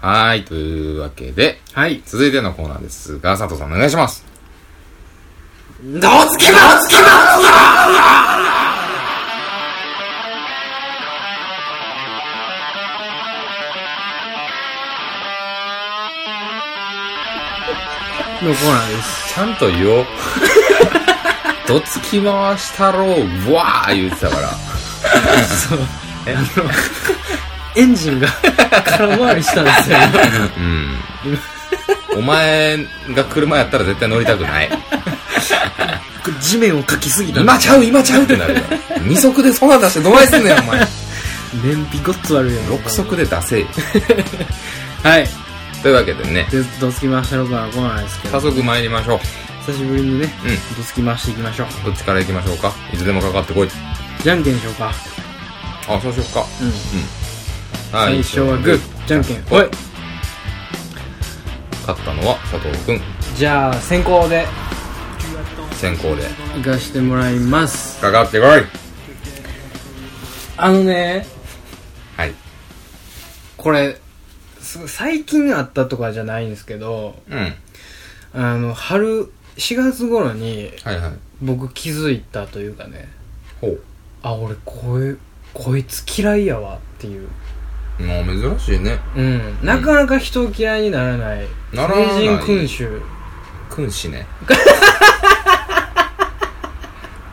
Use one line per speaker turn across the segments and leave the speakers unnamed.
はーい。というわけで、
はい。
続いてのコーナーですが、佐藤さんお願いします。
どつきまつきまつのコーナーです。
ちゃんと言おう。どつき回したろう、わー言ってたから。
そう。あの、エンジ ンが空回りしたんですよ。
お前が車やったら絶対乗りたくない。
これ地面をかきすぎた。
今ちゃう、今ちゃうってなるよ。二足でそんなん出してどないすんねん、お前。
燃費ごっつ悪いやん。
六足で出せ。
はい。
というわけでね、
で、どつき回したのコーナーですけど
早、速参りましょう。
久しぶりにね、
う
どつき回していきましょう。
ん。どっちから行きましょうか。いつでもかかってこい。
じゃんけんしようか。
あ、そうしよっか。
うん。
は
最
い
初はグー、じゃんけん、ほい。
勝ったのは佐藤くん。
じゃあ、先行で
先行で。
行かしてもらいます。
かかってこい。
あのね、
はい。
これ、す最近あったとかじゃないんですけど、
うん。はい
あの、春、4月頃に
はい。
僕気づいたというかね、
ほう。
あ、俺、こい、こいつ嫌いやわっていう。
まあ珍しいね。
うん。なかなか人を嫌いにならない。
ならない
成人君主。
君子 ね。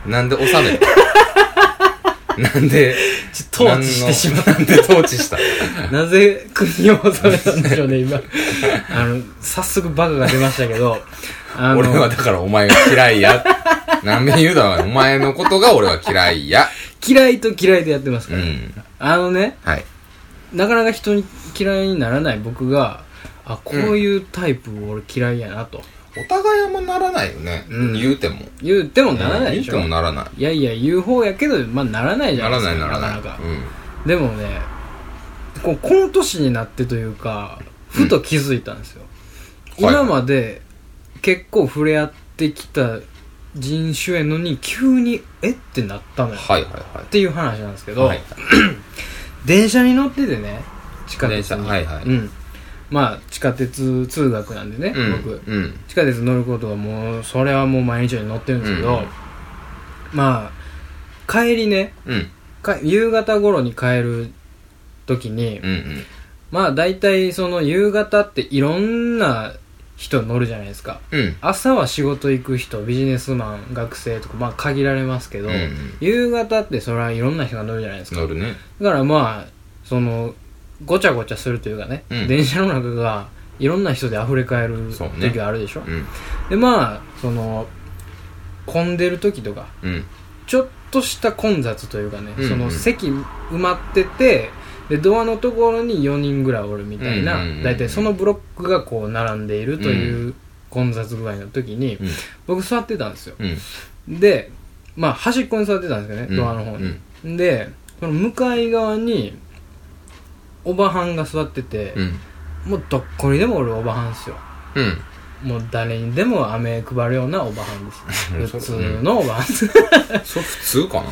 なんで収 めたなんで、
ちょ統治してしまっ
なんで統治した
た。なぜ国を治めたんでしょうね、 今。あの、早速バカが出ましたけど、あの、
俺はだからお前が嫌いや。何遍言うだわ。お前のことが俺は嫌いや。
嫌いと嫌いでやってます
う
から。
ん。
あのね、
はい。
なかなか人に嫌いにならない僕が、あ、こういうタイプ俺嫌いやなと。
お互いあんまならないよね。
うん
言うても。
言うてもならないでしょ。
言うてもならない。
いやいや、言う方やけど、まあならないじゃ
な
な
ら
いです
な
か。
いならない。
かか
うん。
でもね、こうこの年になってというか、ふと気づいたんですよ。
うんはい
今まで結構触れ合ってきた人種やのに、急に、えってなったのよ。
はいはい
っていう話なんですけど、
はい。はい。
電車に乗っててね地下鉄
電
に
車はいはい
うん、まあ地下鉄通学なんでね、
うん。
僕
うん。
地下鉄乗ることはもうそれはもう毎日のように乗ってるんですけど、
うん
まあ帰りね
うん。
か夕方頃に帰る時に、
うんうん。
まあ大体その夕方っていろんな人乗るじゃないですか
うん。
朝は仕事行く人ビジネスマン学生とかまあ限られますけど、
うんうん
夕方ってそれはいろんな人が乗るじゃないですか
乗るね。
だからまあそのごちゃごちゃするというかね、
うん
電車の中がいろんな人で溢れ返る
そうね
時があるでしょ、
うん。
でまあその混んでる時とか
うん。
ちょっとした混雑というかね、
うんうん
その席埋まっててでドアのところに4人ぐらいおるみたいな、
うんうんうん
大体そのブロックがこう並んでいるという混雑具合の時に、
うん
僕座ってたんですよ
うん。
でまあ端っこに座ってたんですけどね、
うん
ドアの方に、
うん
でその向かい側におばはんが座ってて、
うん。
もうどっこにでもおるおばはんっすよ
うん。
もう誰にでも飴配るようなおばはんで す
そ
普
う
通のおばはん普
それ普通か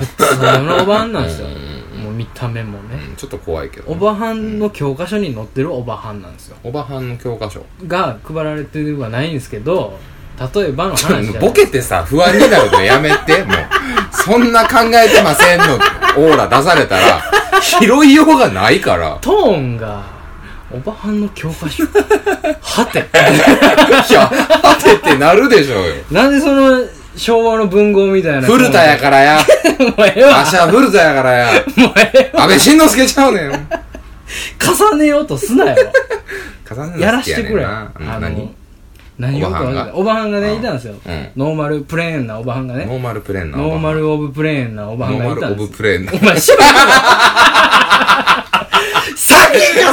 な
通のおばはんなんですよ
うんうん
もう見た目もね、
うんちょっと怖いけど。
おばはんの教科書に載ってるおばはんなんですよ
おばはんの教科書。
が配られてはないんですけど例えばの話じゃない
ボケてさ、不安になるのやめて、もう。そんな考えてませんのオーラ出されたら、拾いようがないから。
トーンがおばはんの教科書はて
いや、当てってなるでしょうよ。
なんでその昭和の文豪みたいな
古田やからや。
もうええ
あ
わ
しゃ古田やからや。
もうええわ
安倍晋之助ちゃうねん。
重ねようとすなよ
重ねるの
やら
好き
して
ね
く
ん
れ
なうん何
何よくわかんないお
お
ばはんがね
うん
いたんですよ
うん
ノーマルプレーンなおばはんが
ノ
ね
ーマルプレーンなおば
ノ
は
ー
ん
マルオブプレーンなおばはん
ノ
が
ー
い
マ
た
ル
ん
オ
で
ブ
す
プレーンな
お前知らん先に 出せよ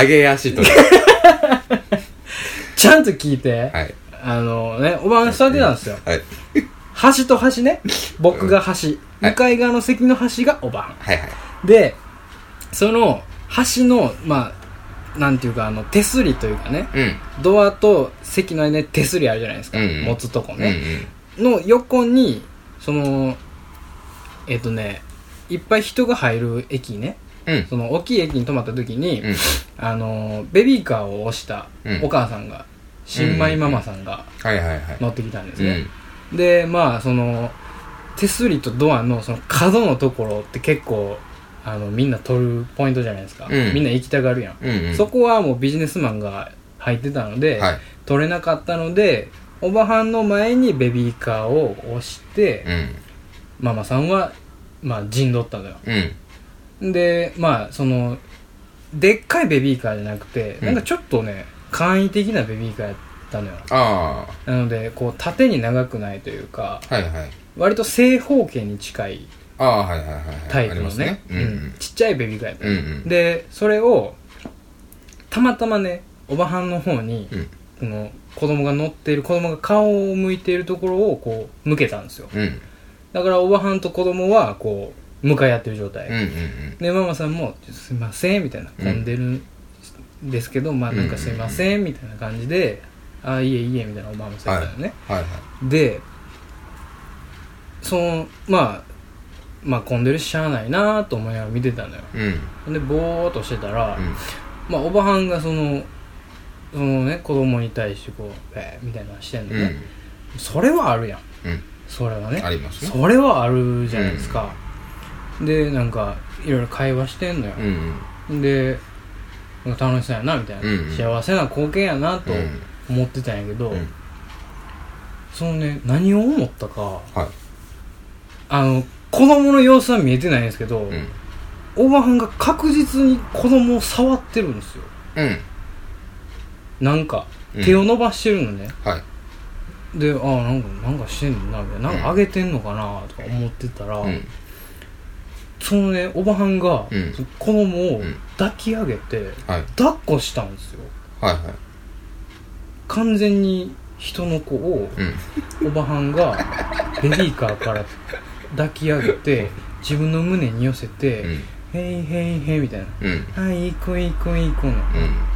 揚げ足という。
ちゃんと聞いて
はい。
あのねおばはん座ってたんですよ
はい。
端と端ね僕が端
はい
向かい側の席の端がおばはん
はいはい。
でその端のまあなんていうかあの手すりというかね
うん。
ドアと席の間に手すりあるじゃないですか、
うんうん
持つとこ
うんう
ね、
ん。
の横にそのえっ、とねいっぱい人が入る駅ね
うん。
その大きい駅に泊まった時に、
うん
あのベビーカーを押した
うん
お母さんが、新米ママさんが
はいはいはい。
乗ってきたんです
う
ね、でまあその手すりとドアのその角のところって結構あのみんな取るポイントじゃないですか、
うん
みんな行きたがるやん、
ん。うん、うん。
そこはもうビジネスマンが入ってたので、
はい。
取れなかったのでおばはんの前にベビーカーを押して、
うん。
ママさんは、まあ、陣取ったのよ
うん。
でまあそのでっかいベビーカーじゃなくて、
うん
なんかちょっとね簡易的なベビーカーやったのよ
あ
なのでこう縦に長くないというか
あ。はいはい。
割と正方形に近い
ああ、はいはいはいはい。
タイプ
あり
の
ま
ね
すね。うん。
うんちっちゃいベビーカーやった
う
の
ん。うん。
でそれをたまたまねおばはんの方に、
うん
この子供が乗っている子供が顔を向いているところをこう向けたんですよ
うん。うん。
だからおばはんと子供はこう向かい合ってる状態、
うん。うん。
でママさんも「すいません」みたいな
うん
混んでるんですけど、まあなんか「すいません」みたいな感じで「ああいいえいいえ」みたいなおばあもさんだよね、
はいはい。
でそのまあまあ混んでるししゃあないなと思いながら見てたのよ
うん。うん。
でぼーっとしてたら、まあおばはんがそのそのね子供に対してこう「えー、みたいなのしてんの
うん。
ね、それはあるやん
うん。
それはね
ありますね。
それはあるじゃないですか、でなんかいろいろ会話してんのよ
う、ん。
でなんか楽しそうやなみたいな、
うんうん
幸せな光景やなと
うん
思ってたんやけど、
うん。
そのね何を思ったか
はい。
あの子供の様子は見えてないんですけど、
うん。
おばはんが確実に子供を触ってるんですよ
うん。
なんか
うん
手を伸ばしてるのね、
はい。
でああなんかなんかしてんのなみたいななんかあげてんのかなとか思ってたら、
うん。
そのねおばはんが、
うん
その子供を
うん
抱き上げて、
はい。
抱っこしたんですよ
はいはい。
完全に人の子を
うん。
おばはんがベビーカーから抱き上げて自分の胸に寄せて
うん。
「へいへいへい」みたいな
うん。
「はいいこいこいこ」の
うん。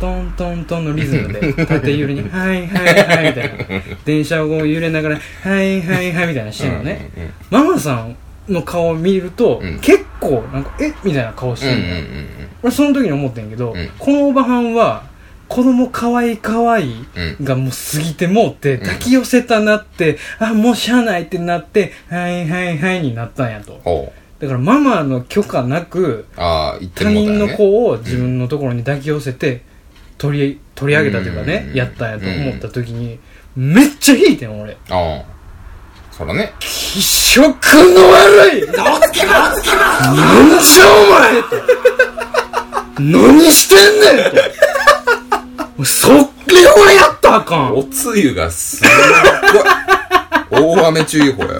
トントントンのリズ ムで縦揺れに「はいはいはい」みたいな電車をこう揺れながら「はいはいはい」みたいなしてるのね
うん。
ママさんの顔を見ると
うん
結構なんか「えみたいな顔し
うん。
て
う
るのよ俺その時に思ってんけど、
うん
このおばはんは子供かわいいかわいい
ん。うん。
がもう過ぎてもうて抱き寄せたなって、あもうしゃあないってなってはいはいはいになったんやと
ほ
だからママの許可なく
う。ああ、言って
他
も
人の
ね。
子を自分のところに抱き寄せて取り取り上げたというかね、
うん
やったんやと思った時に、めっちゃ引いてん俺
ああ。そらね。
気色の悪いどつけどつけなんじゃお前って何してんねんともうそれはやったらあかん
おつゆがすっごい。大雨注意報や。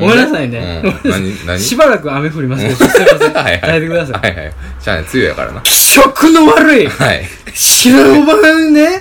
ごめんなさいね
うん。何何
しばらく雨降りますけど、すいません。
はいはい。
耐えてください。
はいはい。しゃあない、梅雨やからな。
気色の悪い
はい。
知らんおばは んね。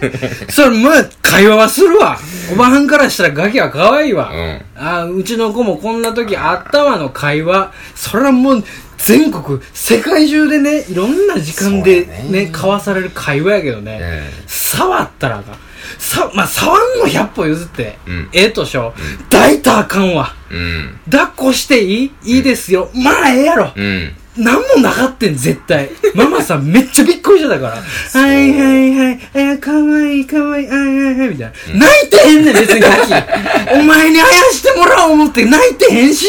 それ、まあ、会話はするわ。おばはんからしたらガキは可愛いわ。
うん。
あーうちの子もこんな時あったわの会話。それはもう、全国、世界中でね、いろんな時間で
そうや
ね、
ね
交わされる会話やけどね。
え
触ったらあかん。さ、まあ、触んの100歩譲って。
うん
ええとしょ。抱いたらあかんわ。
えうん。
抱っこしていいいいですよ。まあ、ええやろ。
うん。
なんもなかってん、絶対。ママさんめっちゃびっくりしてたから。はいはいはい、えー、かわいいかわいい、あいはいはい、みたいな。泣いてへんねん、別にガキ。お前にあやしてもらおう思って泣いてへんし、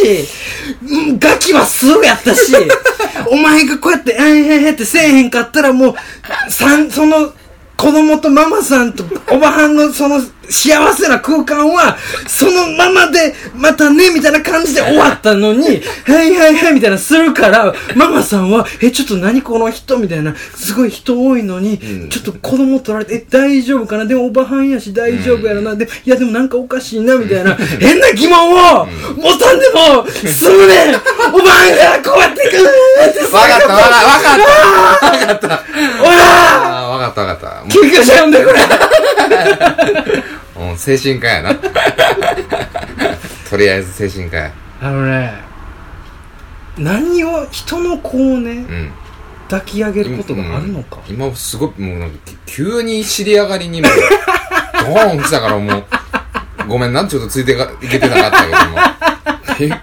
うんガキはすぐやったし、お前がこうやって、あいはいはいってせえへんかったらもう、さん、その、子供とママさんとおばはんのその幸せな空間は、そのままで、またね、みたいな感じで終わったのに、はいはいはい、みたいなするから、ママさんは、え、ちょっと何この人みたいな、すごい人多いのに、
うん
ちょっと子供取られて、え、大丈夫かなでもおばはんやし大丈夫やろな、で、いやでもなんかおかしいな、みたいな、変な疑問を、持たんでも、すむねんおばはんがこうやってくるって
わかった、わかった、わかった。わかった。
おら
ああ、わかった、わかっ
救急車呼んでくれ
た。もう、うん精神科やな。 とりあえず精神科や。
あのね何を人の子をね
うん。
抱き上げることがあるのか、
うん今すごい、もうなんかき急に知り上がりにもう、ドーン来たからもう、ごめんな、ちょっとついていけてなかったけども。 え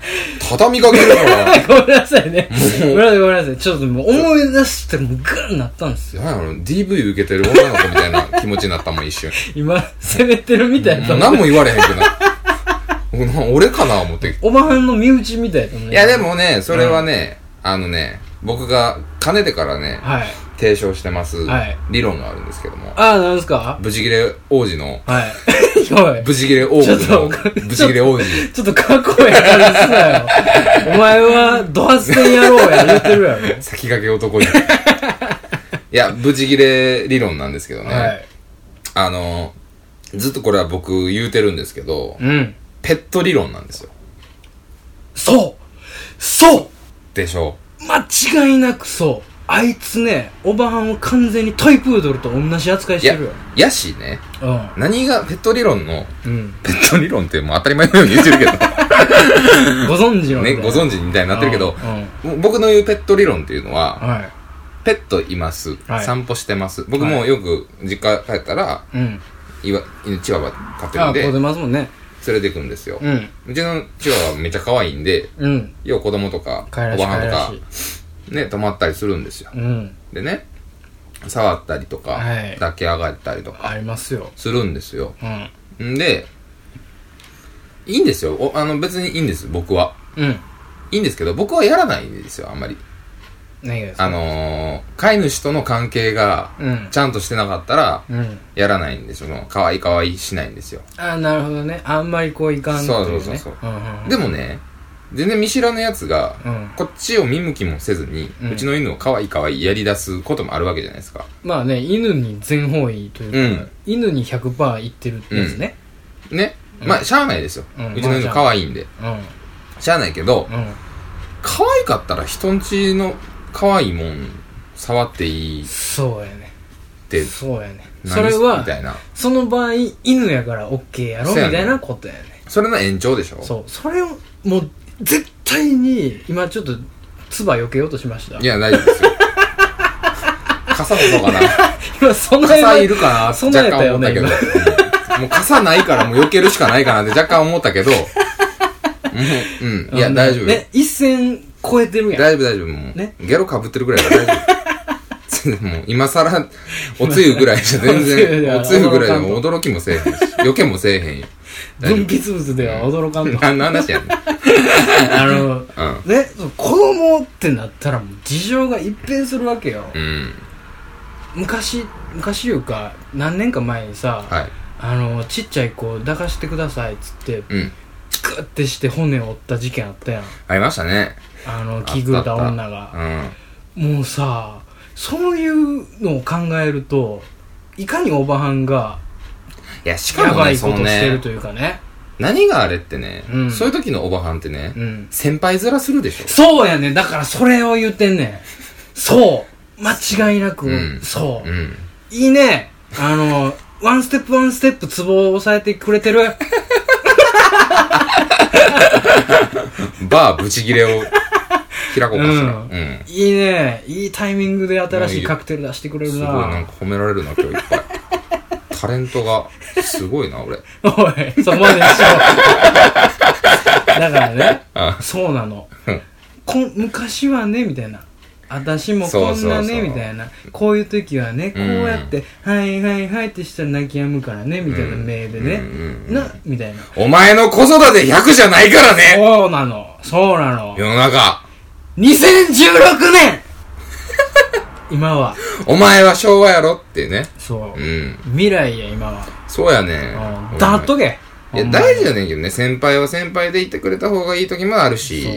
畳みかけるから。
ごめんなさいね。ごめんなさい、ごめんなさい。ちょっともう思い出してもうグーになったんですよ。
なんやろ ?DV 受けてる女の子みたいな気持ちになったもん、一瞬。
今、攻めてるみたい
もう
な。
何も言われへんくな。な俺かな思って。
おばはんの身内みたいだね。
いや、で。もね、それはね、あのね、僕がかねてからね、
はい。
提唱してます
はい
理論があるんですけども、
ああ、なんですか
ブチギレ王子の、
はい。おい。
ブチギレ王子
ちょ
の
っと、
ブチギレ王子。
ちょっとかっこええ感じすなよ。お前は、ドハステン野郎や、言ってるやろ。
先駆け男 に。いや、ブチギレ理論なんですけどね、
はい。
あの、ずっとこれは僕言うてるんですけど、
うん。
ペット理論なんですよ。
そうそう
でしょ
間違いなくそうあいつねおばはんを完全にトイプードルと同じ扱い
い
して
や
るよ、
やしね、
う
何が、ペット理論の、
ん、
ペット理論ってもう当たり前のように言ってる けど、
うん、ご存知の
ね、ご
知
存知みたいになってるけど
う、ん、
も
うん
う僕の言うペット理論っていうのは、
はい
ペットいます、
はい
散歩してます。僕もよく実家帰ったら、
うん
いわ犬チワワ飼って
あ
る
あ
ん
こう出
で、
ますもんね
連れてくんですよ。
うん
うちのチワワめっちゃ可愛いんで、
うん
よう子供とか、お
帰
ば
らしい
はん
帰
と
ら
か
し、い
ね、泊まったりするんですよ。
うん
でね、触ったりとか、
はい
抱き上がったりとか、
ありますよ
するんですよ。
うん
んで、いいんですよ。おあの、別にいいんです、僕は。
うん
いいんですけど、僕はやらないんですよ、あんまり。
何がですか
あのー、飼い主との関係が、
うん
ちゃんとしてなかったら、
うん
やらないんですよ。もう可愛い可愛いしないんですよ。
あなるほどねあんまりこういかんっていね
そうそうそう
うんうん
でもね、全然見知らぬやつが、
うん
こっちを見向きもせずに、う
うん
ちの犬を可愛い可愛いやり出すこともあるわけじゃないですか。
まあね犬に全方位というか、
うん
犬に100%いってるってやつね
ね。まあ、しゃあないですよ。う
うん
ちの犬可愛いんで。
うんうん
しゃあないけど、可愛かったら人んちの可愛いもん、触っていいっ
そうやね
て、
そうやね
何
それは
みたいな。
その場合犬やから OK やろ
そ
み
うやね
たいなことやね
それの延長でしょ
そうそれをもう絶対に今ちょっと唾避けようとしました
いや、大丈夫 ですよ。傘のそうかな
今そんな
傘いるかなって
備え
若
た
干
よ
思ったけ
ね
ど。もう傘ないからもう避けるしかないかなって若干思ったけど。うん、 うん。いや、
うん
大丈夫。
ね一線超えてるやん
大丈夫、大丈夫。もう、
ね
ゲロかぶってるぐらいだから大丈夫。も う今更、おつゆぐらいじゃ全然、お
お
つ
つ
ゆ
ゆ
ぐ
ぐ
ら
ら
い
い
で
は
も驚きもせえへんし、避けもせえへんよ。大
分泌物では驚かんと
何の話やねん。
あの
う
ねそう子供ってなったらもう事情が一変するわけよ
うん。
昔昔いうか何年か前にさ
はい。
あのちっちゃい子を抱かしてくださいっつって
うん。
チクってして骨を折った事件あったやん
ありましたね。
あの着ぐった女
う
が
ん。
もうさそういうのを考えるといかにおばはんが
いや、しか
や
も
ば
ね、
い
そ
こ
の
として
ね
ると、いうかね
何があれってね、
うん
そういう時のおばはんってね、
うん
先輩面するでしょ
そうやねだからそれを言ってんねんそう間違いなく、
うん
そう、
うん。
いいねあのワンステップワンステップツボを押さえてくれてる
バーブチギレを開こうかしら。う。
うんん
うん
いいねいいタイミングで新しいカクテル出してくれ
す
る
ごいなん
な
か褒められるな、今日いっぱい。タレントが、すごいな、俺。
おいそこまでしょだからね
あ
そうなの
うん。
こん昔はねみたいな私もこ
そ
ん
う
な
そうそう
ねみたいなこういう時はねこうやって「はいはいはい」ってしたら泣き止むからねみたいな目でね、
うんうん
なみたいな
お前の子育て100じゃないからね
そうなのそうなの
世の中。
2016年今は
お前は昭和やろってね。
そう、
うん。
未来や今は、
そうやね
うん。
だ
黙っとけ
いや、
ほんまに
大事やねんけどね。先輩は先輩でいてくれた方がいい時もあるし。
そう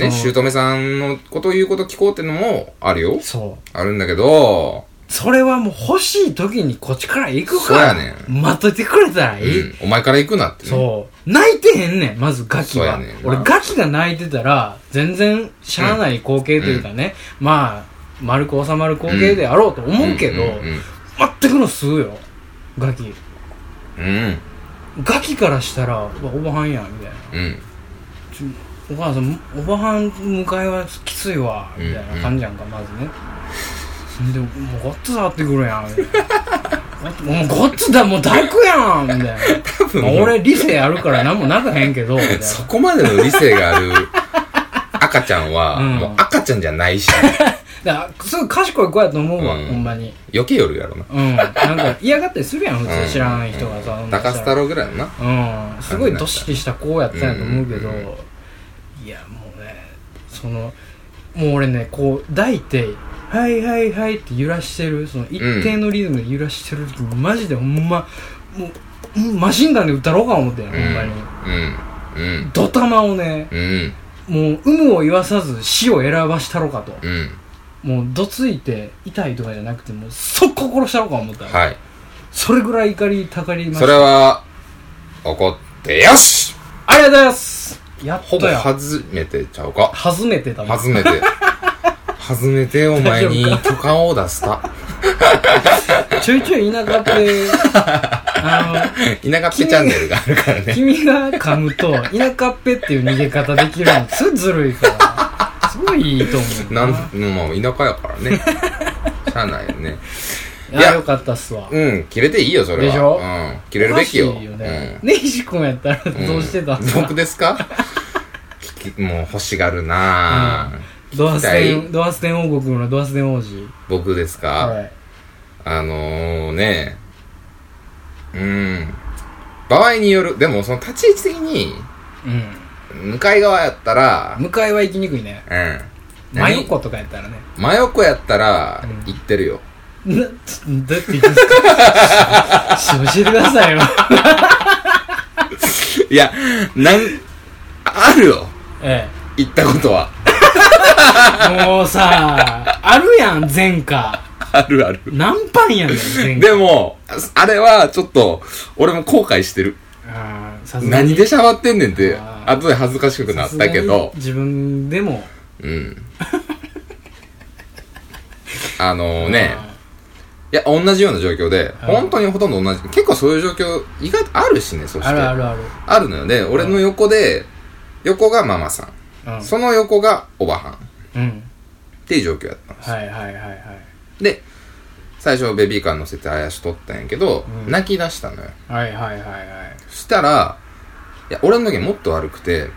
ね、
そう
姑さんのこと言うこと聞こうってのもあるよ。
そう
あるんだけど、
それはもう欲しい時にこっちから行く
そう
か
や
ら
ね
待っといてくれたらいい、
うんお前から行くなってね。
そう。泣いてへんねん、まずガキ
そう
は。
やねんな
俺ガキが泣いてたら、全然しゃあない光景というかね、まあ、丸く収まる光景であろうと思うけど、
うんうん
待ってくのすうよ、ガキ。
うん。
ガキからしたら、うわおばはんや、みたいな。
うん。
お母さん、おばはん迎えはきついわ、みたいな感じやんか、まずね。んで、もうごっつ触ってくるやん、みたいな。もうごっつだ、もう大工やんみたいな。
多分
まあ俺理性あるから何もなかへんけど、みたいな
そこまでの理性があ る赤ちゃんは、
うん
もう赤ちゃんじゃないし、
だからすごい賢い子やと思うわ、
うん
ほんまに。
余計よるやろな。
うん。なんか嫌がったりするやん、普
うん
通知らない人がさ。そんな
高須太郎ぐらいのな。
うん、すごいどっしりした子やったんやと思うけど、
うんうん
いやもうねそのもう俺ねこう抱いて「はいはいはい」って揺らしてるその一定のリズムで揺らしてる時、マジでほんまもううんマシンガンで撃たろうか思ってんや、
うん。
ほんまに
うん。
ドタマをね
うん。うん。
もう有無を言わさず死を選ばしたろかと、
うん。
もうどついて痛いとかじゃなくてもう速攻殺したろか思った、
はい。
それぐらい怒りたかりまし
そ
た
れは、怒ってよし
ありがとうございますやっ
ほぼ
とや
初めてちゃうか。
初めてだもん
初め て。初めてお前に許可を出した。
ちょいちょい田舎 って、あ
田舎っぺチャンネルがあるから
の、
ね。
君が噛むと、田舎っぺっていう逃げ方できるの、すごいずるいから、すごいいいと思う。
なん、
い
まあ田舎やから ね。しゃあないよね。いや
や、よかったっすわ。
うん、切れていいよ、それは。
でしょ
うん。切れるべきよ。
おかしいよね。ねいし君やったら
うん
どうしてたん
うん
だ
僕です か聞きもう欲しがるなぁ、
ドアステ
聞きた
ン、ドアステン王国のドアステン王子。
僕ですか、
はい。
あのー、ねうん。場合による。でも、その立ち位置的に、
うん。
向かい側やったら、
向かいは行きにくいね。
うん。
真
何
横とかやったらね。
真横やったら
うん、
行ってるよ。
な、どうやって行くんですか 教えてくださいよ。
いや、なん、あるよ。
ええ。
行ったことは。
もうさ、あるやん、前科。
あるある。
何番やねん、前科。
でも、あれは、ちょっと、俺も後悔してる。
あーさすがに
何でしゃばってんねんって、
あー
後で恥ずかしくなったけど
さすがに、自分でも。
うん。あのね、いや、同じような状況で、
はい
本当にほとんど同じ、結構そういう状況、意外とあるしね、そして。
あるあるあ
あるのよね。俺の横で、横がママさん。
る。
その横がおばはん。っ
うん。うん。
ていう状況やったの
はいはいはいはい。
で、最初ベビーカー乗せてあやしとったんやけど、
うん
泣き出したのよ。
はいはいはいはい。
そしたら、いや、俺の時もっと悪くて、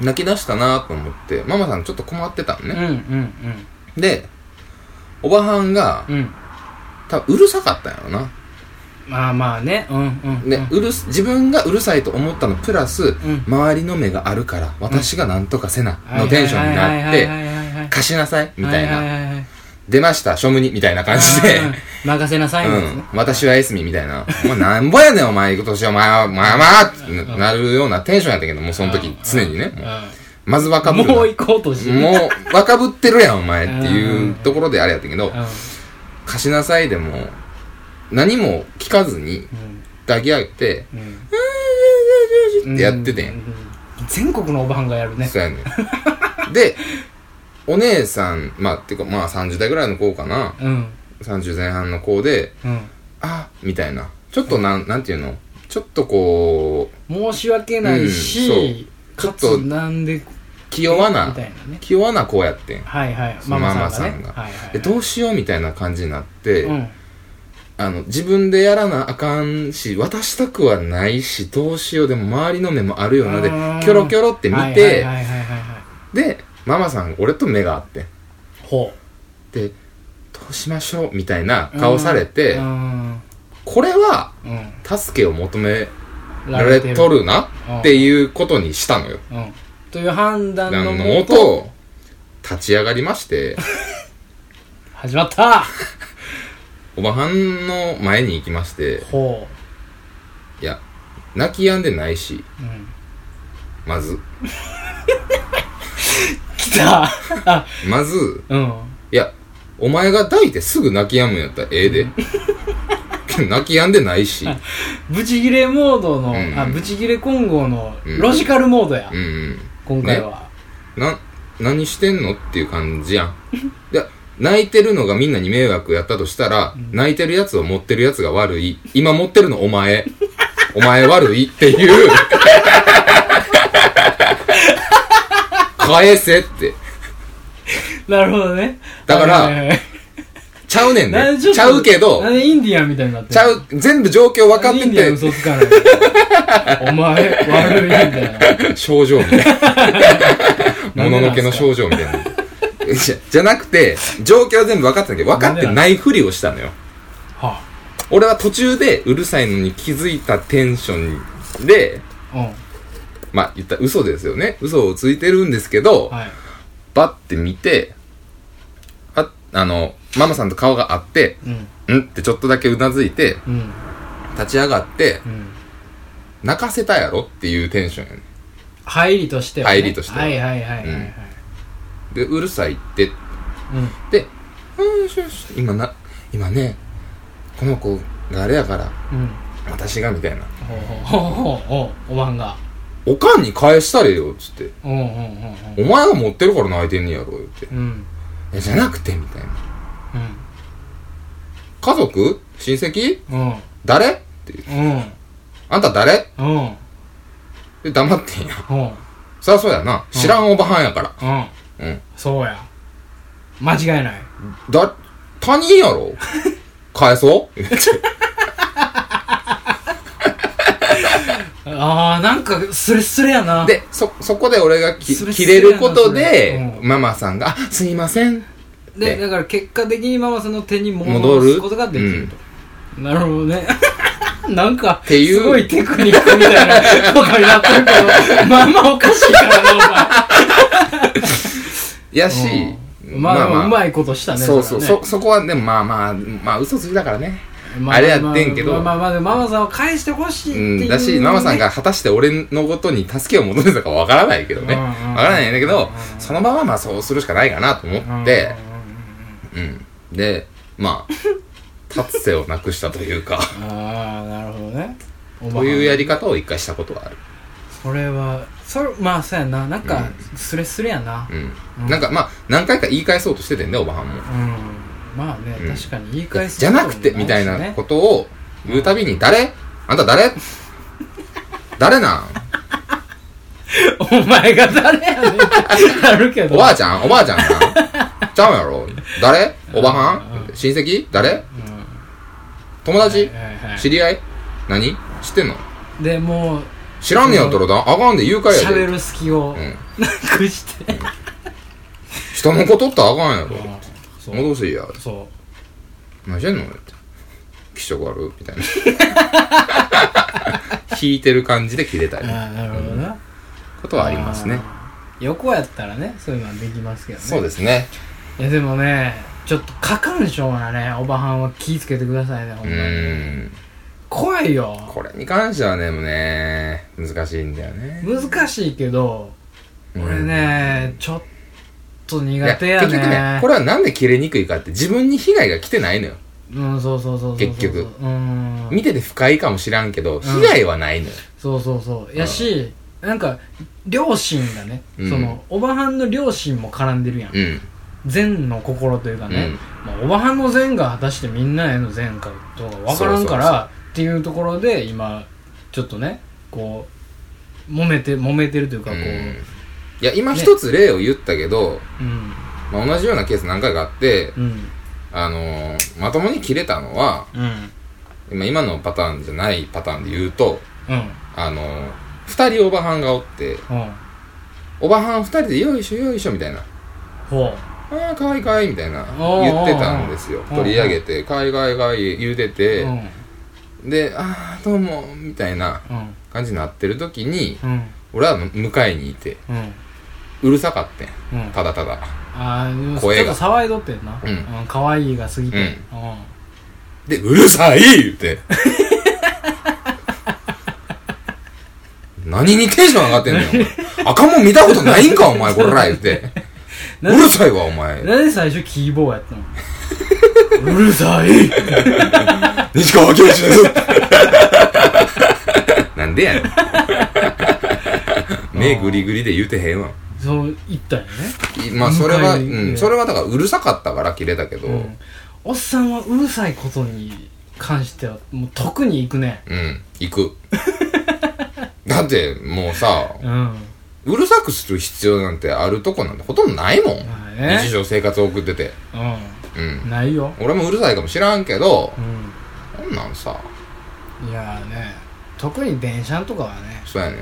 泣き出したなと思って、ママさんちょっと困ってたの
うん
ね。
うん
で、おばはんが、
うん。うん。
多分うるさかったんやろな。
まあまあね。うんうんうん。
で、うるす、自分がうるさいと思ったのプラス、
ん
周りの目があるから、私がなんとかせな、
はいはいはいは
のテ
いはいはい、
ンションになっ
は
て、
いはいはい。
貸しなさい、みたいな。
な
出ました、庶務に、みたいな感じで。
任せなさいみたいな
うん。私はエスミみたいな。お前なんぼやねん、お前、今年は、まあ、まあまあってななるようなテンションやったけど、もうその時、常にね。もうまず若ぶ
う
るな。
ん。もう行こうとしてる。
もう、若ぶってるやん、お前って
う
い
ん
うところであれやったけど
う、ん。
貸しなさいでも、何も聞かずに、抱き上げて、
うん
っ
う
てやっててん。
う全国のおばはんがやるね。
そうやねん。で、お姉さん、まあ、てか、まあ30代ぐらいの子かな。
うん。
30前半の子で、
うん。
あ、みたいな。ちょっとなん、なんていうのちょっとこう、
申し訳ないし、
うんそう
か
ちょっ
つ
と
なんで
気弱
み
な
た、いなね
気弱な子やってん。
はいはい
そ
マ
の
マさんが
ママさ
ね
んが
はいはい
で、どうしようみたいな感じになって、
うん
あの、自分でやらなあかんし、渡したくはないし、どうしよう、でも周りの目もあるよな、で
うーん、
キョロキョロって見
はいはい
て、
はいはいはいはい
で、ママさん、俺と目があってん、
ほ
で、どうしましょうみたいな
う
顔されて
う、ん
これは、
うん
助けを求められとるなっていうことにしたのよ。
うんという判断
な
の
の
も
も
と
と、立ち上がりまして、
始まった
おばはんの前に行きまして、
ほ
いや、泣き止んでないし、
ううん
まず、
来たあ
まず、
うん
いや、お前が抱いてすぐ泣き止むんやったらええ で。泣き止んでないし。
ブチギレモード
う
の
ん
あブチギレ混合の
うん
ロジカルモードや
うん
今回は
うん。な、何してんのっていう感じやん。いや、泣いてるのがみんなに迷惑やったとしたら、泣いてるやつを持ってるやつが悪い。今持ってるのお前。お前悪いって いう。返せって。
なるほどね
だから
はいはいはい
ちゃうねん
なん
ね。
でちょっ
ち
と
ゃうけど
な、んでインディアンみたいになってんの
ちゃう、全部状況分かっ
イ
て
ンディアン
て、
嘘つかない。お前、悪いみたい な。
症状みたい な。
な
も
んでなんすか
ののけの症状みたいな。じゃじゃなくて、状況は全部分かってたけど、分かってないふりをしたのよ。
は
俺は途中でうるさいのに気づいたテンションで、
あ、うん。
まあ言ったら嘘ですよね。嘘をついてるんですけど、
はい。
バッて見て、あ、あの、ママさんと顔があって、
うん。
んってちょっとだけうなずいて、
うん。
立ち上がって
う、ん。
泣かせたやろっていうテンションやね
入りとしては、ね。
入りとしては
はいはいはいはい、はい
で、うるさいって、
うん。
で、うん、よしよし今な、今ね、この子があれやから、
うん。
私がみたいな。
ほうほうほうほうほう。おばんが。
おかんに返したれよ、つって。
うんうんうん
お前が持ってるから泣いてんねやろ、言って。い
うん。うん。
やじゃなくて、みたいな。
うん。
家族親戚
うん。
誰っていう。
うん。
あんた誰
うん。
で、黙ってんや。
うん。
そりゃそうやな。知らんおばはんやから。
うん。
うん。
そうや。間違いない。
だ、他人や ろ返そう言って
ああ、なんか、スレスレやな。、
で、そ、そこで俺がき
それ
切れること
それ
で
やな、それ
ママさんが、あ、すいません。
で
ね
だから結果的にママさんの手に戻
戻
す
る
ことができると。なるほどね。 なんか、
ていう
すごいテクニックみたいなことになってるけ ど、まあまあおかしいからな、
や
お
し
前。、うんまあ、まあうまいことしたね。
そうそう、
れは
そ、
ね
そこはね、まあまあ、まあ嘘つきだからね。
まあ
あれやってんけど
まあまあまあ、でもママさんを返してほしいって
う
いう、
ん、だし、ママさん、が果たして俺のことに助けを求めてたかわからないけどね。
うん
わ
うんうん
からないんだけど、そのまままあそうするしかないかなと思って、うん。で、まあ、立つ瀬をなくしたというか、
うんうんうんああ、なるほどね。 おば
こ
は
うんいうやり方を一回したことはある。
それは、それ、まあそうやな。なんか、スレスレやな。
う
うん
ん。なんかまあ、何回か言い返そうとしててんね、おばはんも。
うん。まあね、
うん
確かに言い返す
じゃなくて、みたいなことを言うたびに、誰あんた誰誰なん
お前が誰やねんってなるけど。
おばあちゃんおばあちゃんなんちゃうやろ誰おばは
うん
親戚誰
うん
友達
はいはい
知り合い何知ってんの
で、もう、
知らんねやったらだあかんで誘拐やで
喋。る隙を
うん。
なくして。
人のことってあかんやろ。
うんそう。
戻せや。
そ
何してんのって。気色悪みた いな。引いてる感じで切れた
う。
り。
ああ、なるほどな。
ことはありますね。
あー。横やったらね、そういうのはできますけどね。
そうですね。
いや、でもね、ちょっと過干渉なね、おばはんは気ぃつけてくださいね、ほ
うん
まに。
ーん。
怖いよ。
これに関してはね、もうね、難しいんだよね。
難しいけど、
うん
俺ね、ちょっと
い
苦
や
手やね
結局ね、これはなんで切れにくいかって自分に被害が来てないのよ。
うんそうそうそうそうそう
結局
うん
見てて不快かもしらんけど、
ん
被害はないのよ。
そうそうそうやし、なんか両親がね、
うん
そのおばはんの両親も絡んでるやん、
うん。
善の心というかね、
うん
まあ、おばはんの善が果たしてみんなへの善かどうかわからんから
そうそう
っていうところで今ちょっとねこう揉めて揉めてるというかこ
う
う、
んいや、今一つ例を言ったけど、
うん
まあ、同じようなケース何回かあって、
うん
あのーまともに切れたのは、
うん
今今のパターンじゃないパターンで言うと、
うん
あのー二人おばはんがおって、
うん
おばはん二人でよいしょよいしょみたいな、
ほ
ああ、かわいいかわいいみたいな、
おー
言ってたんですよ。
おー
取り上げて、かわいいかわいいかわいい言うて
う
て、
うん
で、ああ、どうも、みたいな
うん
感じになってる時に、
うん
俺は迎えにいて、
うん
うるさかってん。
うん
ただただ。
あーでも
声が
ちょっと騒いどってんな、
うん
ん、可愛いが過ぎて、うん
で、うるさい言って。何にテンション上がってんのよ。お前赤もん見たことないんか、お前、こら、言って。う
なんで
るさいわ、お前。
なんで最初キーボーやったの うるさい
西川教授です。なんでや ねん。目グリグリで言うてへんわ。
そう言ったよね、
いまあ、それは、
向かいに行って
うん、それはだから、うるさかったから切れたけど、
う
うん
ん、おっさんはうるさいことに関してはもう特に行くね
行く。 だって、もうさ、
うんま
うるさくする必要なんてあるとこなんてほとんどないもん。
あね
日常生活を送ってて。
う
うん。
ないよ
俺もうるさいかもしらんけど、
う
こんなんさ、
んいやーね特に電車とかはね
そうやね。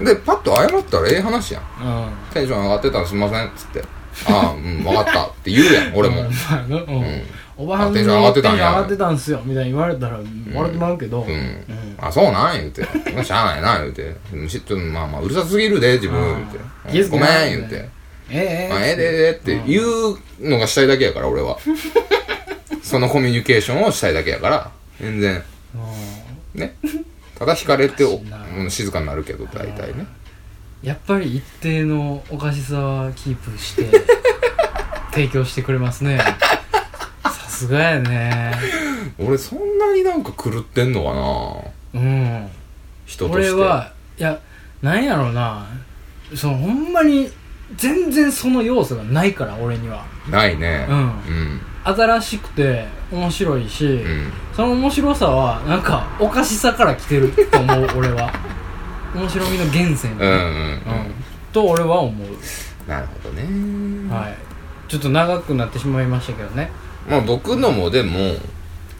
うん
で、パッと謝ったらええ話やん。
んうん
テンション上がってたらすんません、つって。ああ、うん、わかった。って言うや ん、俺も。
う
うんん。
まあなうんおばは
あ
ん
テンション上がってたんや
テンション上がってたんすよみたいに言われたら笑ってまうけど
うん
うん
あ、そうなん言うて。まあしゃあないな、言うて。うんしちょっと、まあまあ、うるさすぎるで、自分、言うて
う
う
ん
ん
気。づ
ご
け
め
ない
ん、言うて。
ええ
まあ、ええでええでって言うのがしたいだけやから、俺 は。そのコミュニケーションをしたいだけやから、全然。
うん
ね。ただ惹かれて、お
おかしいな
うん静かになるけど、大体ね。
やっぱり一定のおかしさはキープ して提供してくれますねさすがやね
俺、そんなになんか狂ってんのかな
うん
人とし
俺
て。
はいやなんやろうなそのほんまに全然その要素がないから俺には
ないね。
うん
うん。
新しくて面白いし、
うん。
その面白さはなんかおかしさから来てると思う俺は面白みの源泉、
うんうん
うん
うん。
と俺は思う、
なるほどね。
はいちょっと長くなってしまいましたけどね
まあ僕のもでも、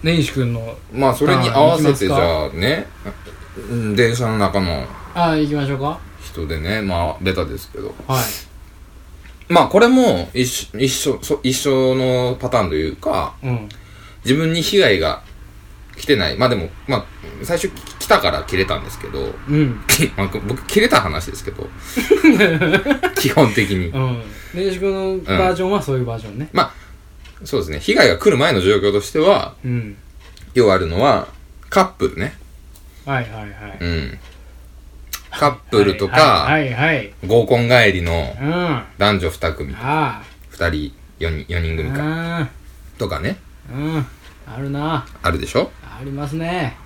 根岸君の
まあそれに合わせてじ
あ
ゃあね、うん電車の中の
ああ行きましょうか
人でね、まあベタですけど。
はい
まあこれも一緒、一緒、そ一緒のパターンというか、
うん
自分に被害が来てない。まあでも、まあ最初来たから切れたんですけど、
うん
まあ僕切れた話ですけ ど、基本的に
う。ん根岸君のバージョンはそういうバージョンね
まあ、そうですね。被害が来る前の状況としては、
うん
ようあるのは、カップルね。
はいはいはい
うん。カップルとか、
はいはいはい
合コン帰りの
うんあ
男女2組、
あ
2人、4人、4人組か、とかね、
うんうんあるな
あるでしょ
ありますね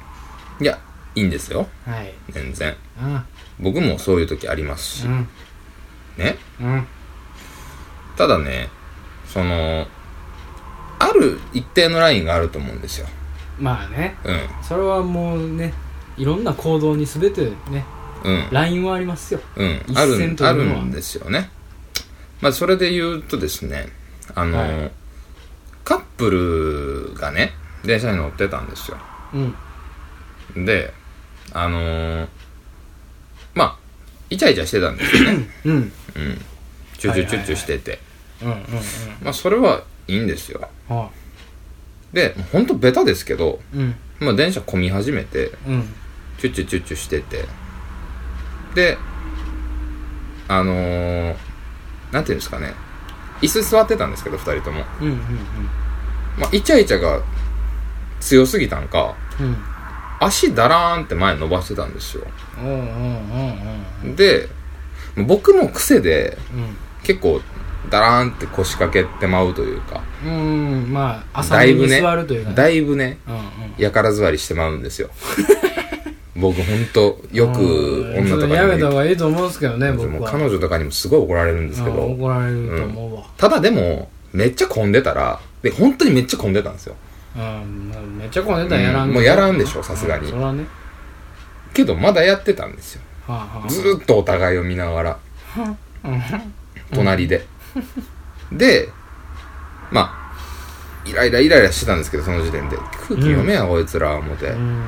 いや、いいんですよ。
はい
全然。
うん
僕もそういう時ありますし
う、ん
ね。
うん
ただね、その、ある一定のラインがあると思うんですよ。
まあね
う
それはもうねいろんな行動に全てね
ん。うん。
ラインはありますよ
うん。
一
あ
線
る、
とい
あ
うのは
るんですよね。まあ、それで言うとですね、あの、
はい
カップルがね、電車に乗ってたんですよ。
うん
で、あのー、まあ、イチャイチャしてたんですよ ね。
うんうん
チュチュチュチュしてて。
うんうん
まあ、それはいいんですよ。
は
で、ほんとベタですけど、
いうん
まあ、電車混み始めて、
うん
チュチュチュチュしてて。で、あのー、なんていうんですかね。椅子座ってたんですけど、二人とも。
うんうん
まあ、イチャイチャが強すぎたんか、
うん
足だらーんって前に伸ばしてたんですよ。
うんうんうんうん
で、僕も癖で、
うん
結構ダラーンって腰掛けてまうというか
うんうんまあ朝
だいぶ
に
ね
座るというかね
だいぶね
うんうん
やから座りしてまうん ですよ僕ほんとよく
うん
女とか
やめ
に
た
も
方がいいと思うんですけどね僕
もう
は
彼女とかにもすごい怒られるんですけ
うん
ど
怒られると思うわ
ただでもめっちゃ混んでたらで本当にめっちゃ混んでたんですよ
うんまあめっちゃ混んでたらやらん
うんもうやらんでしょさすがに
うんそらね
けどまだやってたんですよ
はあはあ
ずーっとお互いを見ながら隣ででまあイライライライラしてたんですけどその時点で空気読めやこいつら思って
うん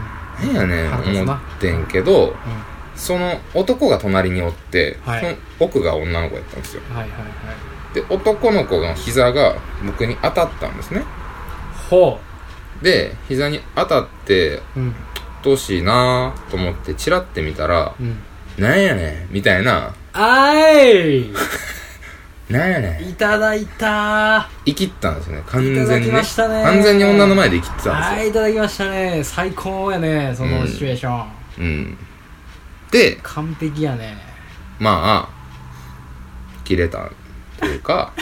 なんやね
腹立つ
ん思
な
ってんけど、その男が隣におって、
はい
その奥が女の子やったんですよ
はいはいはい
で男の子の膝が僕に当たったんですね
ほ
で膝に当たって
ううん
うっとうしいなと思ってチラって見たら
うん
「なんやねん」みたいな
あー
「なんやねん
いいただいた」
生きったんですよね完
いただ
全
き
に
ましたね
完全に女の前で生きてたん
は
で
いいただきましたね最高やねそのシチュエーション
すよ、うん、で
完璧やね
まあ切れたというか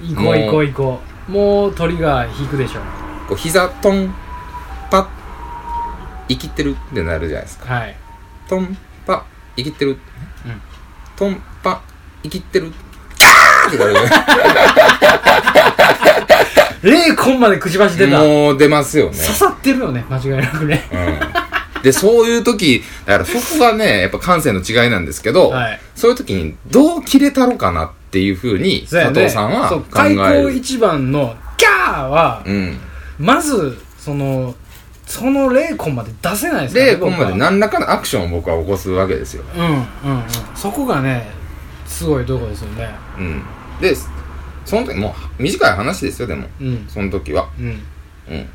行こう行こう行こうもう鳥が引くでしょ
こう膝トンパッ生きてるってなるじゃないですか
はい
トンパ生きてる、
うん
トンパ生きてるキャーってな
0コンまでくちばし出た
る
刺
もう出ますよね、
さってるよね間違いなくね
うん、でそういう時 だからそこがねやっぱ感性の違いなんですけど、
はい
そういう時にどう切れたろかなっっていうふうに、
そうや
佐
ね
藤さんは
そう
考
開
え
口
る。
一番の「キャーは」
うん。
まずそのその0コンまで出せないですから
で、ここまで
僕は
何らかのアクションを僕は起こすわけですよ。
うんうんうんそこがねすごいとこですよね
うん。で、その時、もう短い話ですよ、でも。
うん
その時は。
うん
うん。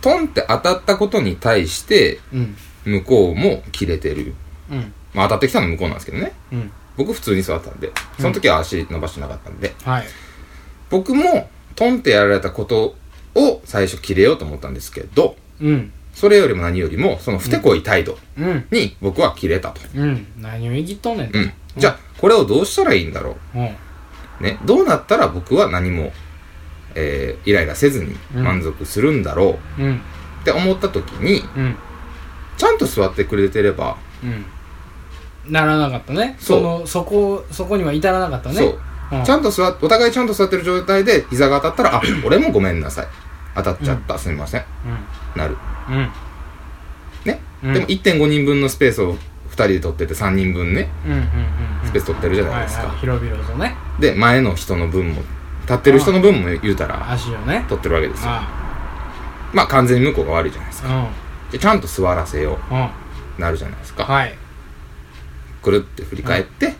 トンって当たったことに対して、
うん
向こうも切れてる。
うん
まあ当たってきたのは向こうなんですけどね。
うん
僕普通に座ったんで。その時は足伸ばしてなかったんで。
はい
僕もトンってやられたことを最初切れようと思ったんですけど、
うん
それよりも何よりも、そのふてこい態度
うん
に僕は切れたと。
うん何を言い切っとんねん
うん。じゃあ、これをどうしたらいいんだろ
うん
う。ね。どうなったら僕は何も、えー、イライラせずに満足するんだろうっ
うん
て思った時に、
うん
ちゃんと座ってくれてれば、
うんならなかったね
そう
そのそこそこには至らなかったね
そう。
うん
ちゃんと座っお互いちゃんと座ってる状態で膝が当たったら、あ、俺もごめんなさい。当たっちゃった、すみません。なる。
うんうん
ね。
うん
でも1.5人分のスペースを2人で取ってて3人分ね、
うんうんうんうん
スペース取ってるじゃない
はい
ですか。
はい広々とね
で、前の人の分も、立ってる人の分も言うたら、
足をね
取ってるわけですよ。
あ
まあ完全に向こうが悪いじゃないですか。
あ
でちゃんと座らせよ
うんうん
う、なるじゃないですか。
はい
くるって振り返って、
うん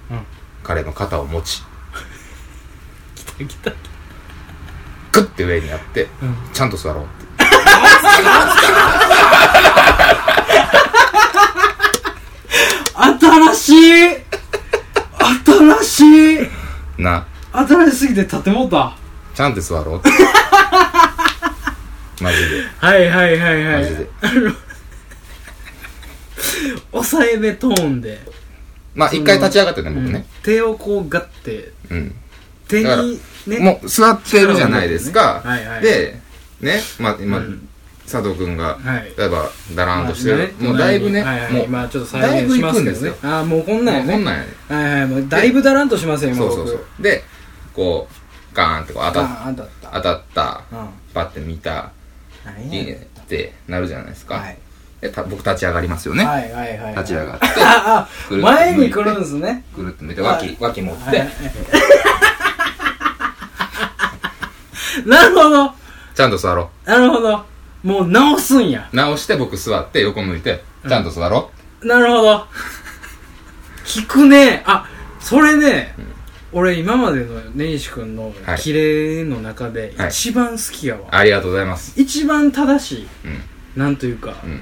彼の肩を持ち、
できた
グッて上にやって、
うん
ちゃんと座ろうって。
新しい新しい
な、
新しすぎて立てもうた
ちゃんと座ろう って。マジで。
はいはいはいは
マ
い
ジで。
抑えめトーンで
まあ、一回立ち上がってね、
う
僕
ん
ね。
手をこうガッて
うん。
手
だから
にね
もう、座ってるじゃないですか。
力を入れてねはいはい
で、ね、まあ、今、
うん
佐藤くんが、
はい
例えば、だらーんとしてる。
まあ
もう、だいぶね、
はいはい
もう、
今ちょっと再現しますけど
だい
ね
ぶ行くんです
ああもうこんな
も
んや
う
ね
こんなんやね。
はいはいもうだいぶだらんとしますよ今
そう
僕
そうそう。で、こう、ガーンってこう当たっ
ああんだった
当たった、
うん
パって見た、
何
いい
やね
ね
ん
ってなるじゃないですか。
はい
でた僕立ち上がりますよね。
はいはいはい
立ち上がって、
ああ
ぐるっと
前に来るんですね
ぐるっと見て、
は
脇
い、
脇持って、
はい なるほど
ちゃんと座ろ
なるほどもう直すんや
う。直して僕座って、横向いて、ちゃんと座ろう。
なるほど聞くねあそれね、俺今までの根岸君の
はい
キレの中で
はい
一番好きやわ、
ありがとうございます。
一番正しいなんというか、
うん。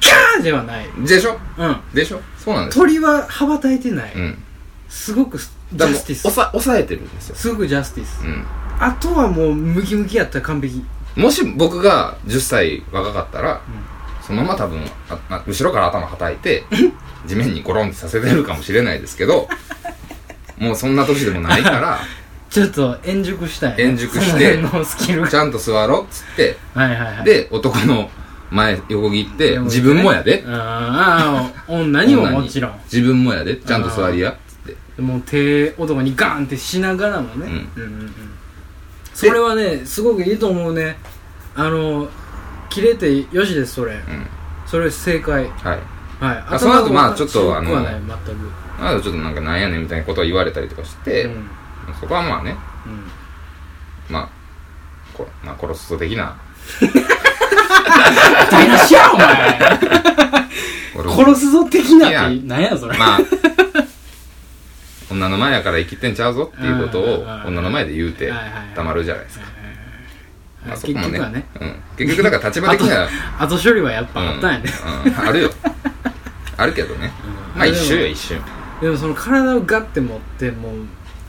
キャーではない
うん。でしょ
うん
でしょそうなんですよ。
鳥は羽ばたいてない、
うん。
すごくジ
だか
ャ
らもう
スティス
抑抑えてるんですよ。
すごくジャスティス、
う
あとはもうムキムキやったら完璧
ん。もし僕が10歳若かったら、そのまま多分ああ後ろから頭はたいて、地面にゴロンってさせてるかもしれないですけ ど、もうそんな年でもないから、
ちょっと円熟したいね
円熟して
その辺のスキ ルが
ちゃんと座ろうっつって、
はいはいはい
で、男の前横切って、
で
自分もやで。
ああ女にももちろん
自分もやで。ちゃんと座りや。つって。
もう手男にガーンってしながらもね、
う
うんうんうんそれはねすごくいいと思うねあの切れてよしですそれ
うん。
それ正解はい
はい。
あ
その後まあちょっと
は
あの
ない全く
あとちょっとなんかなんやねんみたいなことを言われたりとかして、
うんうん
そこはまあね、まあ、こまあ、殺すぞ的な。
台無しやお前
殺
殺すぞ的ない
や
ってなんやそれ
まあ、女の前やから生きてんちゃうぞっていうことを
うんうんうん
女の前で言うて
はいはいはい
たまるじゃないですか。まあそ
結
こも
局は
ね
ね。
うん結局だから立場的に は、
後処理はやっ
う
ぱ
ん
あったんやね、
うんあるよ。あるけど ね。まあ一瞬よ一瞬。
でもその体をガッて持ってもう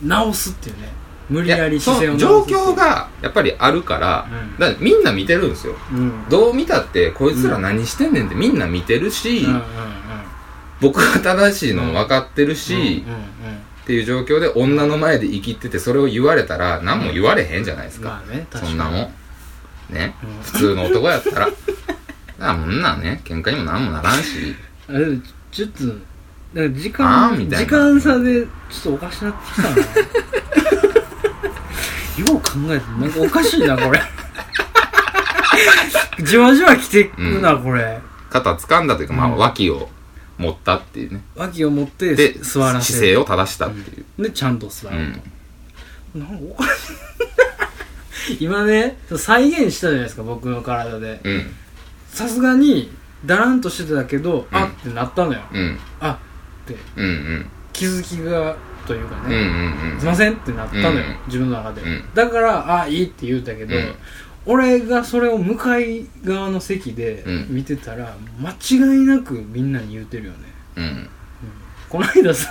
直すっていうね無
い
理や
や
り
そ
姿勢を
の
直す
状
ってい
況、
う
がやっぱりあるから
うん、
だからみんな見てるんですよ。
うん、うん
どう見たって、こいつら何してんねんってみんな見てるし、
うんうん
僕が正しいのも分かってるし、
うんうんうん
っていう状況で女の前で生きててそれを言われたら何も言われへんじゃないですか、
まあね確
そ
かに
んなもんね、
うん
普通の男やったら あもんなんね喧嘩にもなんもならんし
あでもちょっとなんか時
あー
間
みたいな
時間差でちょっとおかしなってきた なよう考えてなんかおかしいな これじわじわ来てくな、これ
肩掴んだというか、まあ、
うん
脇を持ったっていうね。
脇を持って
で、
座らせる
姿勢を正したっていう。
でちゃんと座
う
る
ん。
と、なんかおかしい 今ね再現したじゃないですか僕の体で
うん。
さすがにだらんとしてたけど、あ
うん
ってなったのよ
うん。
あって
うん。うん。
気づきがというか
うん。うん。う
ね、
ん
すいませんってなったのよ、
うん
自分の中で、
うん
だからあいいって言うたけど、
うん
俺がそれを向かい側の席で
うん
見てたら、間違いなくみんなに言うてるよね
うん。
この間 さ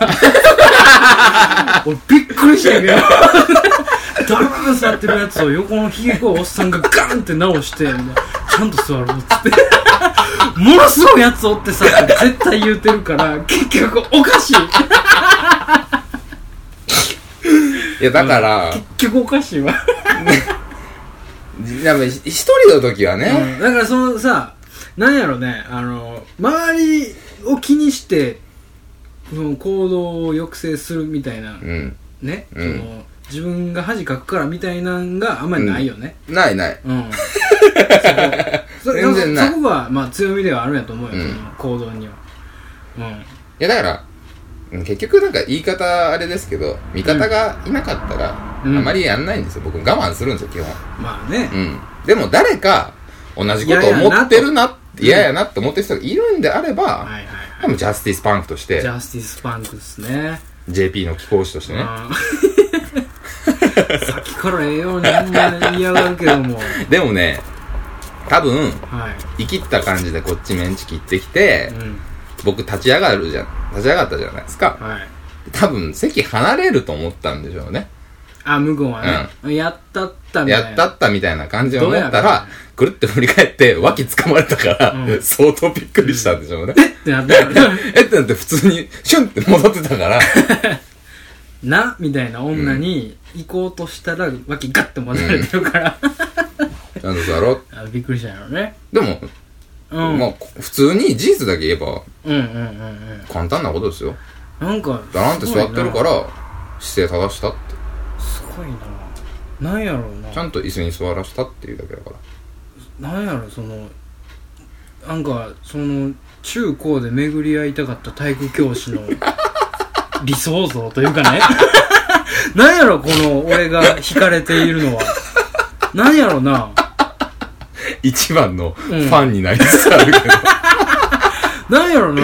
俺びっくりしたんやけどだるく座ってるやつを横のひげこいおっさんがガンって直してみたいなちゃんと座ろうっつってものすごいやつおってさって絶対言うてるから結局おかしい
いや、だから、
結局おかしいわ、
やっぱ一人の時はね、
うんだからそのさなんやろねあの周りを気にしてその行動を抑制するみたいな
うん。
ね、
うん
その自分が恥かくからみたいなんがあんまりないよね
ないない。
うん、そこそ
全然ない
そこはまあ強みではあるんやと思うよ、
うん
その行動にはうん
いや、だから、うん結局なんか言い方あれですけど、味方がいなかったら、
うん
あまりやんないんですよ。僕我慢するんですよ、基本。
まあね、
うん。でも誰か、同じことを思ってるな、嫌やなって思ってる人がいるんであれば、
はいはいは
多分ジャスティスパンクとし
いジ
て、
ャスティスパンクですね
JP の貴公子として
うん
ね、
さっきからええようにあんまり嫌がるけども
でもね、多分、
はい
生きった感じでこっちメンチ切ってきて、
うん
僕立ち上がるじゃん、立ち上がったじゃないですか。
はい
多分、席離れると思ったんでしょうね。
あ向こうはね、やったったみたいな
やったったみたいな感じを思っ
ど
た
うやろう
ら、くるって振り返って、脇掴まれたから、
うん
相当びっくりしたんでしょうね。
ってなったよね
えってなって普通に、シュンって戻ってたから、
なみたいな女に行こうとしたら脇ガッて戻られてる から、
ちゃんと座ろう。
あびっくりしたんやろね
でも、
うん、
まあ、普通に事実だけ言えば
うんうんうんうん
簡単なことですよ。
なんか
だなんて座ってるから、姿勢正したって。
すごいななんやろうな
ちゃんと椅子に座らしたっていうだけだから。
なんやろそのなんかその中高で巡り合いたかった体育教 師の理想像というかねなんやろこの俺が惹かれているのはなんやろな
一番のフ
ァ
ンになりつつあるけど。
なんやろな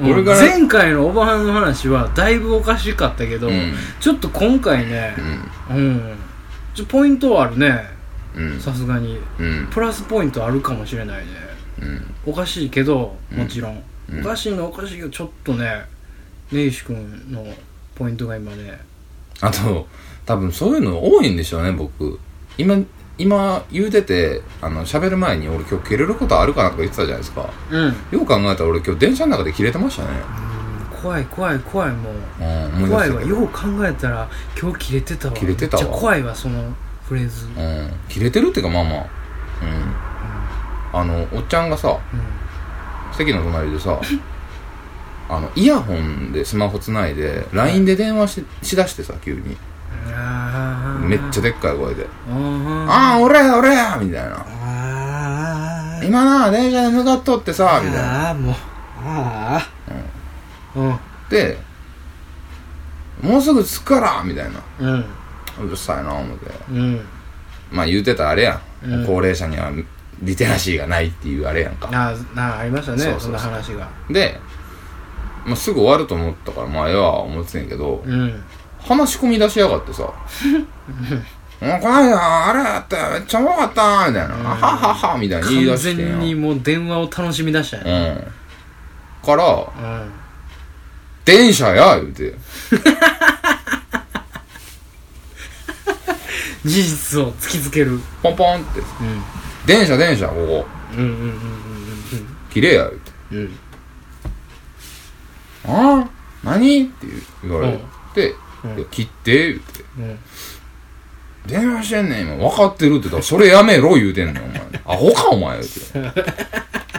うん
俺から
前回のおばはんの話はだいぶおかしかったけど、
うん
ちょっと今回ね
うん。
うんちょポイントはあるね
うん。
さすがに
うん。
プラスポイントあるかもしれないね
うん。
おかしいけどもちろん、
うん
おかしいのはおかしいけどちょっとね根岸君のポイントが今ね
あと、多分そういうの多いんでしょうね、僕。今、今言うてて、あの、喋る前に俺今日切れることあるかなとか言ってたじゃないですか。
うん、
よく考えたら俺今日電車の中で切れてましたね。
怖い怖い怖いもう
うん、思い
怖
出し
い
た
わ
けど。
よう考えたら今日切れてたわ
切れてたわ
めっちゃ怖いわそのフレーズ、うん
うん。切れてるっていうか、まあまあ。うん。あの、おっちゃんがさ、席の隣で さあのイヤホンでスマホつないで LINE で電話ししだしてさ急に
あー
めっちゃでっかい声で
あ
「
ー
ああ俺や俺や!」みたいな
あ
「
ー
今な電車で向かっとってさ」みたいな
あーもうああうん
で「もうすぐ着くから!」みたいな
うん
うるさいな思って
うん
まあ言うてたあれやん、
うん
高齢者にはリテラシーがないっていうあれやんか
あーなあありましたね
そうそ
そ
うそうん
な話が
で、まあ、すぐ終わると思ったからまあええわ思ってんやけど、
うん
話し込み出しやがって さ「もうこないだあれやってめっちゃおもろかった」みたいな「あははは」みたいに言い
完
出して
全に
ん
もう電話を楽しみ出したよ、ね
やうんから
うん
「電車や」言うて
事実を突きつける、
ポンポンって
うん、
「電車電車ここ
うんうんうん
綺麗や」言うて
うんうん
「ああ何?」って言われて
うん
「いや切って」言うて
うん
「電話してんねん今分かってる」って言ったら「それやめろ」言うてんねんお前アホかお 前言うて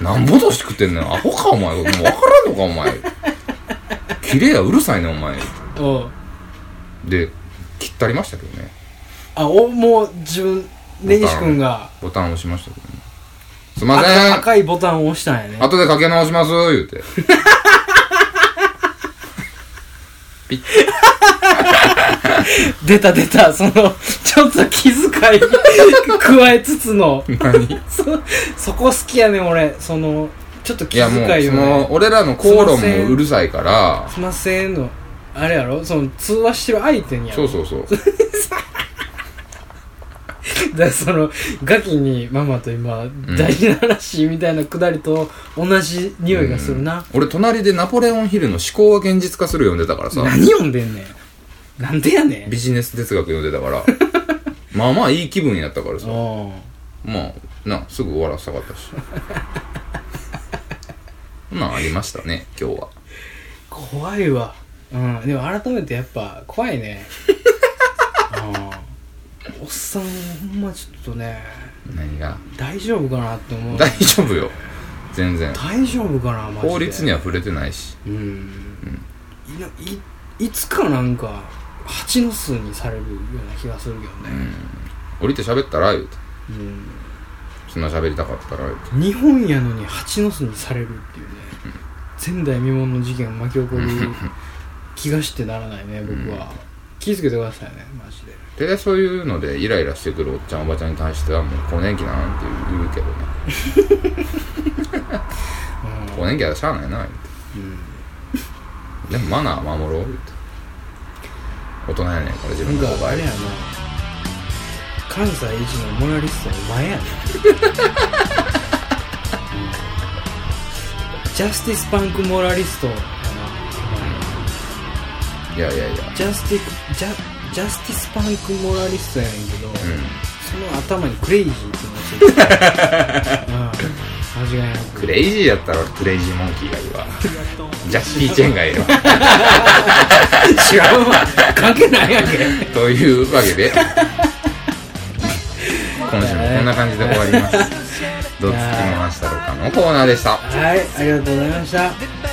なんぼ年食ってんねんアホかお前もう分からんのかお前綺麗やうるさいねんお前
おう
で切ったりましたけどね
あおもう自分根岸君が
ボタン押しましたけどねすいませ
赤
ん
赤いボタンを押したんやね
後でかけ直します言うてピッ
出た出た、その、ちょっと気遣い 加えつつの、
何い
そ、そこ好きやねん俺、その、ちょっと気
やもう
遣い
そ
よね。
の俺らの口論もうるさいから
すいませんの、あれやろその、通話してる相手にや
そ
ろ
うそうそう
だからその、ガキにママと今、大事な話みたいなくだりと同じ匂いがするな。
俺隣でナポレオンヒルの思考は現実化する読んでたからさ
何読んでんねん。なんでやねん。
ビジネス哲学読んでたから まあまあいい気分やったからさ
おう
まあなすぐ終わらせたかったし まあありましたね今日は
怖いわ。うん。でも改めてやっぱ怖いね。うん。おっさん、ほんまちょっとね、
何が
大丈夫かなって思う。
大丈夫よ全然
大丈夫かな、マジで。
法律には触れてないし
うん、いないいつかなんか蜂の巣にされるような気がするけどね、
降りて喋ったら言うて
うん
そんな喋りたかったら言うて
日本やのに蜂の巣にされるっていうね、前代未聞の事件を巻き起こる気がしてならないね僕は、気をつけてくださいねマジで
大体そういうのでイライラしてくるおっちゃんおばちゃんに対してはもう更年期なんて言うけどね更年期はしゃあないな言うて、でもマナー守ろう言うて大人やねんから自分の
なん
子
か
が
あれやな関西一のモナリストお前やな、うんジャスティスパンクモラリストやなお
いや
前
いやいや
ジャスティッジャジャスティスパンクモラリストやねんけど、
うん
その頭にクレイジーってのがつい てるうん間違いなく
クレイジーやったら俺クレイジーモンキーがい いわジャッキー・チェンがいいわ
違うわ関係ないやんけ
というわけ で今週もこんな感じで終わりますどつきましたろかのコーナーでした
はいありがとうございました
Did